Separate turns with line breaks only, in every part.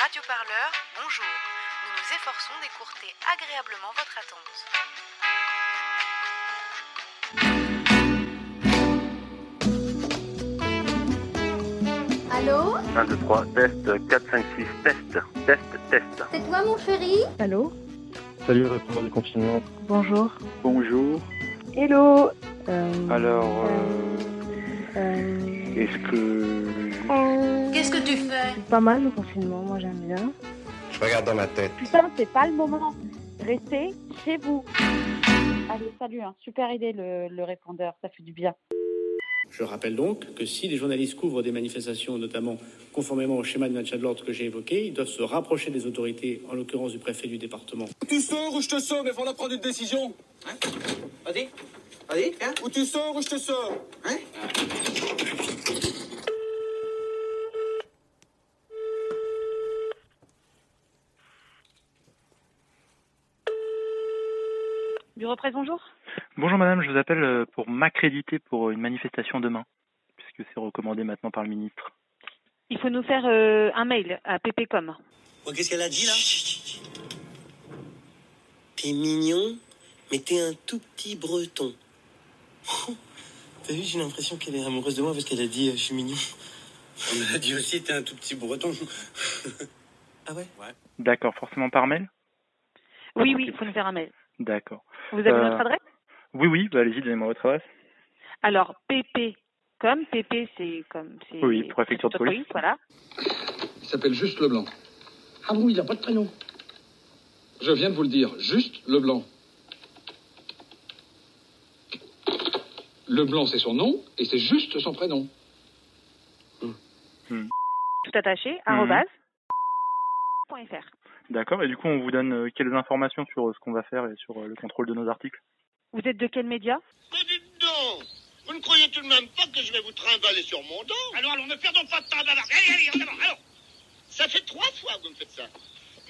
Radio Parleur, bonjour. Nous nous efforçons d'écourter agréablement votre attente.
Allô
1, 2, 3, test, 4, 5, 6, test, test, test.
C'est toi mon chéri
Allô
Salut, répondant du confinement.
Bonjour.
Bonjour.
Hello Euh,
Alors, euh,
euh,
est-ce que
Qu'est-ce que tu fais
pas mal le confinement, moi j'aime bien.
Je regarde dans ma tête.
Putain, c'est pas le moment. Restez chez vous. Allez, salut. hein. Super idée, le, le répondeur. Ça fait du bien.
Je rappelle donc que si les journalistes couvrent des manifestations, notamment conformément au schéma de maintien de l'ordre que j'ai évoqué, ils doivent se rapprocher des autorités, en l'occurrence du préfet du département.
Tu sors ou je te sors, mais faut la prendre une décision.
Vas-y, vas-y, viens.
Ou tu sors ou je te sors.
Bureau presse, bonjour.
Bonjour madame, je vous appelle euh, pour m'accréditer pour une manifestation demain, puisque c'est recommandé maintenant par le ministre.
Il faut nous faire euh, un mail à ppcom.
Qu'est-ce qu'elle a dit là T'es mignon, mais t'es un tout petit breton. T'as vu, j'ai l'impression qu'elle est amoureuse de moi parce qu'elle a dit euh, je suis mignon. On a dit aussi t'es un tout petit breton. ah ouais
D'accord, forcément par mail
Oui, oui, il faut nous faire un mail.
D'accord.
Vous avez
Euh,
notre adresse
Oui, oui, bah, allez-y, donnez-moi votre adresse.
Alors, ppcom. PP, c'est comme. c'est-
Oui, préfecture de
c'est
police.
Voilà.
Il s'appelle Juste Leblanc. Ah bon, il a pas de prénom. Je viens de vous le dire, Juste Leblanc. Leblanc, c'est son nom et c'est juste son prénom.
Tout attaché,
Mhm.
arrobase. point .fr.
D'accord, et du coup on vous donne euh, quelles informations sur euh, ce qu'on va faire et sur euh, le contrôle de nos articles
Vous êtes de quel média
Mais dites donc Vous ne croyez tout de même pas que je vais vous trimballer sur mon dos Alors, alors, ne perdons pas de temps, bavard. Allez, allez, on avance. Alors, ça fait trois fois que vous me faites ça.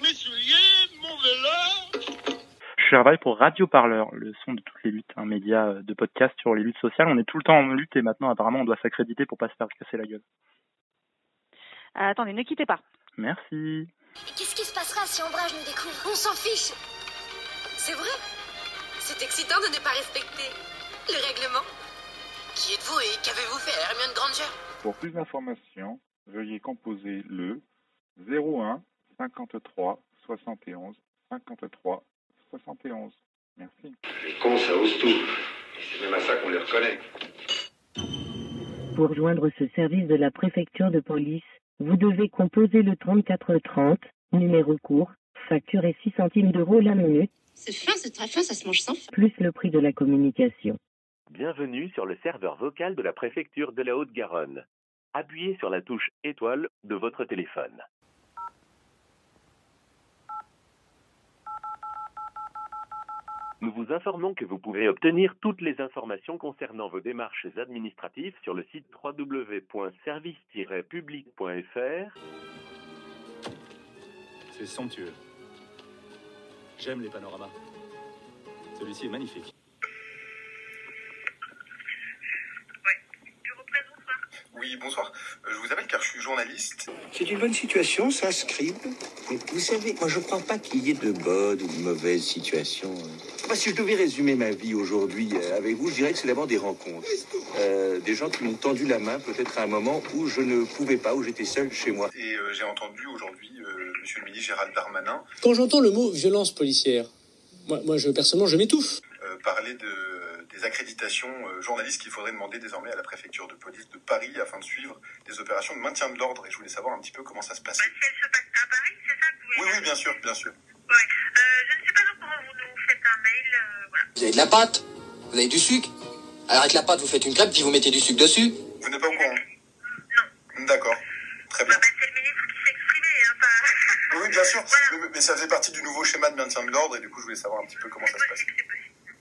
Mes souliers, mon vélo,
Je travaille pour Radio Parleur, le son de toutes les luttes, un média euh, de podcast sur les luttes sociales. On est tout le temps en lutte et maintenant apparemment on doit s'accréditer pour pas se faire casser la gueule.
Ah, Attendez, ne quittez pas.
Merci.
Qu'est-ce qui se passera si Ombrage nous découvre On s'en fiche
C'est vrai C'est excitant de ne pas respecter le règlement. Qui êtes-vous et qu'avez-vous fait à Hermione Granger
Pour plus d'informations, veuillez composer le 01 53 71 53 71. Merci.
Les cons, ça ose tout. C'est même à ça qu'on les reconnaît.
Pour joindre ce service de la préfecture de police, vous devez composer le 3430, numéro court, facture et 6 centimes d'euros la minute,
C'est fin, c'est très fin, ça se mange sans fin.
plus le prix de la communication.
Bienvenue sur le serveur vocal de la préfecture de la Haute-Garonne. Appuyez sur la touche étoile de votre téléphone. Nous vous informons que vous pouvez obtenir toutes les informations concernant vos démarches administratives sur le site www.service-public.fr.
C'est somptueux. J'aime les panoramas. Celui-ci est magnifique.
Oui, bonsoir. Euh, Je vous appelle car je suis journaliste.
C'est une bonne situation, ça, scribe. Mais vous savez, moi je crois pas qu'il y ait de bonnes ou de mauvaises situations. Bah, si je devais résumer ma vie aujourd'hui euh, avec vous, je dirais que c'est d'abord des rencontres. Euh, des gens qui m'ont tendu la main peut-être à un moment où je ne pouvais pas, où j'étais seul chez moi.
Et euh, j'ai entendu aujourd'hui euh, Monsieur le ministre Gérald Darmanin
Quand j'entends le mot violence policière, moi, moi, je, personnellement, je m'étouffe.
euh, parler de, des accréditations euh, journalistes qu'il faudrait demander désormais à la préfecture de police de Paris afin de suivre les opérations de maintien de l'ordre. Et je voulais savoir un petit peu comment ça se passait. Oui, oui, bien sûr, bien sûr.
Vous avez de la pâte, vous avez du sucre. Alors avec la pâte, vous faites une crêpe, puis vous mettez du sucre dessus.
Vous n'êtes pas au courant Non. Bah, D'accord. Très bien. hein, Oui, oui, bien sûr. Mais, mais ça faisait partie du nouveau schéma de maintien de l'ordre et du coup, je voulais savoir un petit peu comment ça se passait.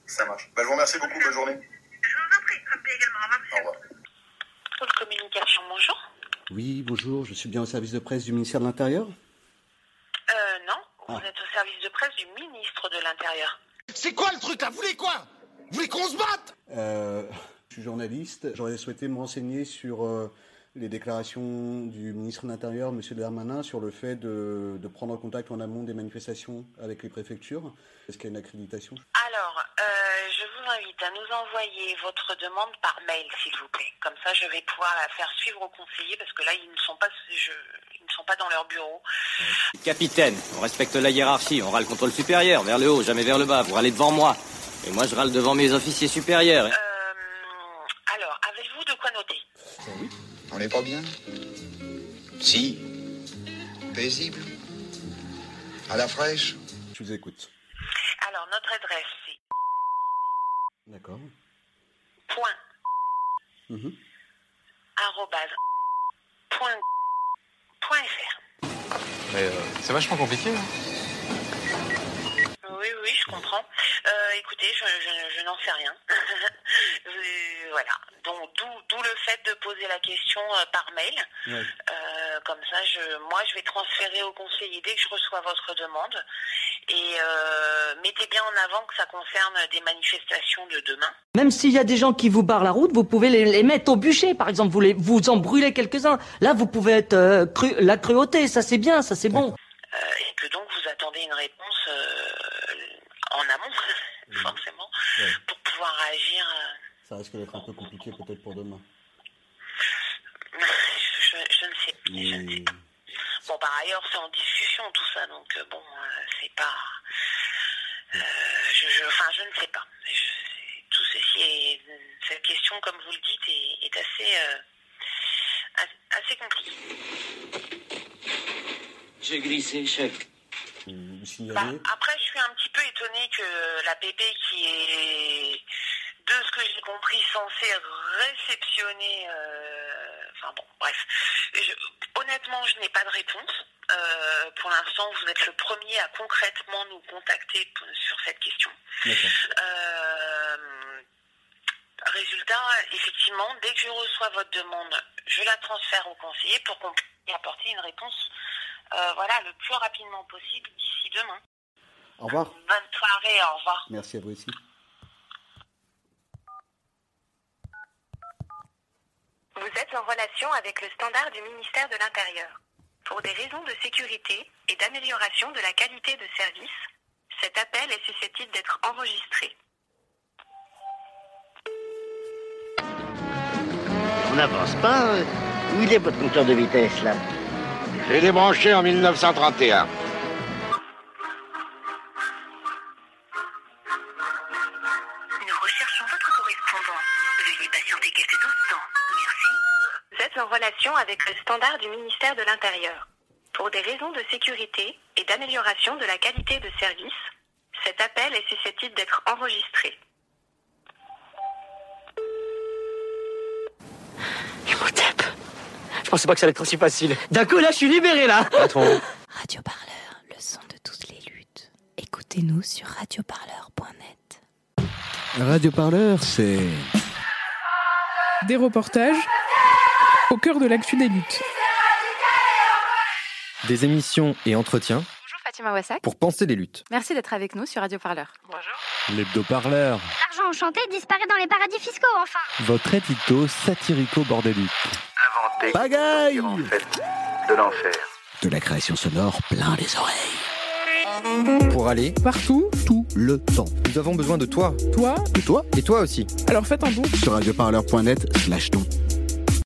Ça marche. Bah, je vous remercie beaucoup. Bonne journée.
Communication, bonjour.
Oui, bonjour, je suis bien au service de presse du ministère de l'Intérieur.
Euh, non, vous êtes au service de presse du ministre de l'Intérieur.
C'est quoi le truc là Vous voulez quoi Vous voulez qu'on se batte
Euh, je suis journaliste, j'aurais souhaité me renseigner sur euh, les déclarations du ministre de l'Intérieur, M. Darmanin, sur le fait de, de prendre contact en amont des manifestations avec les préfectures Est-ce qu'il y a une accréditation
Alors, euh, je vous invite à nous envoyer votre demande par mail, s'il vous plaît. Comme ça, je vais pouvoir la faire suivre aux conseillers, parce que là, ils ne sont pas, je- ils ne sont pas dans leur bureau.
Capitaine, on respecte la hiérarchie, on râle contre le supérieur, vers le haut, jamais vers le bas. Vous râlez devant moi. Et moi, je râle devant mes officiers supérieurs.
Euh, Alors, avez-vous de quoi noter
On n'est pas bien Si. Paisible À la fraîche
Je vous écoute.
Alors, notre adresse, c'est
D'accord.
point,
Mhm.
arrobase, point, point fr.
Mais euh, c'est vachement compliqué. hein.
Oui, oui, je comprends. Euh, écoutez, je, je- je n'en sais rien. Euh, voilà. Donc, d'où, d'où le fait de poser la question euh, par mail. Euh, comme ça, je, moi, je vais transférer au conseiller dès que je reçois votre demande. Et euh, mettez bien en avant que ça concerne des manifestations de demain.
Même s'il y a des gens qui vous barrent la route, vous pouvez les, les mettre au bûcher, par exemple, vous, les, vous en brûlez quelques-uns. Là, vous pouvez être euh, cru, la cruauté, ça c'est bien, ça c'est bon.
Euh, et que donc, vous attendez une réponse euh, en amont, forcément, pour pouvoir réagir. euh,
Ça risque d'être un peu compliqué peut-être pour demain.
je, je ne sais plus.
Mais-
Bon, par ailleurs, c'est en discussion tout ça, donc euh, bon, euh, c'est pas. euh, je, je- enfin, je ne sais pas. Je- tout ceci est. Cette question, comme vous le dites, est, est assez. euh, as- assez compliquée.
J'ai glissé, chef.
euh, Signaler
Bah, Après, je suis un petit peu étonnée que la PP, qui est, de ce que j'ai compris, censée réceptionner. euh, Enfin bon, bref. Je- honnêtement, je n'ai pas de réponse. Euh, pour l'instant, vous êtes le premier à concrètement nous contacter p- sur cette question. Euh, résultat, effectivement, dès que je reçois votre demande, je la transfère au conseiller pour qu'on puisse apporter une réponse euh, voilà, le plus rapidement possible d'ici demain.
Au revoir.
Bonne soirée, au revoir.
Merci à vous aussi.
Vous êtes en relation avec le standard du ministère de l'Intérieur. Pour des raisons de sécurité et d'amélioration de la qualité de service, cet appel est susceptible d'être enregistré.
On n'avance pas. euh. Où il est votre compteur de vitesse là
J'ai débranché en 1931.
Nous recherchons votre correspondant. Veuillez patienter quelques instants. Merci. Vous êtes en relation avec le standard du ministère de l'Intérieur. Pour des raisons de sécurité et d'amélioration de la qualité de service, cet appel est susceptible d'être enregistré.
Je m'en tape. Je pensais pas que ça allait être aussi facile. D'un coup, là, je suis libéré là. Attends.
Radio Parleur, le son de toutes les luttes. Écoutez-nous sur radioparleur.net.
Radio Parleur, c'est.
Des reportages au cœur de l'actu des luttes.
Des émissions et entretiens
Bonjour Fatima Wassak.
pour penser les luttes.
Merci d'être avec nous sur Radio Parleur. Bonjour.
L'hebdo-parleur,
L'argent enchanté disparaît dans les paradis fiscaux, enfin
votre édito satirico-bordélique.
Inventé. Bagaille De l'enfer. De la création sonore plein les oreilles.
Pour aller partout, tout le temps. Nous avons besoin de toi. Toi. De toi. Et toi aussi.
Alors faites un don.
Sur radioparleur.net slash ton.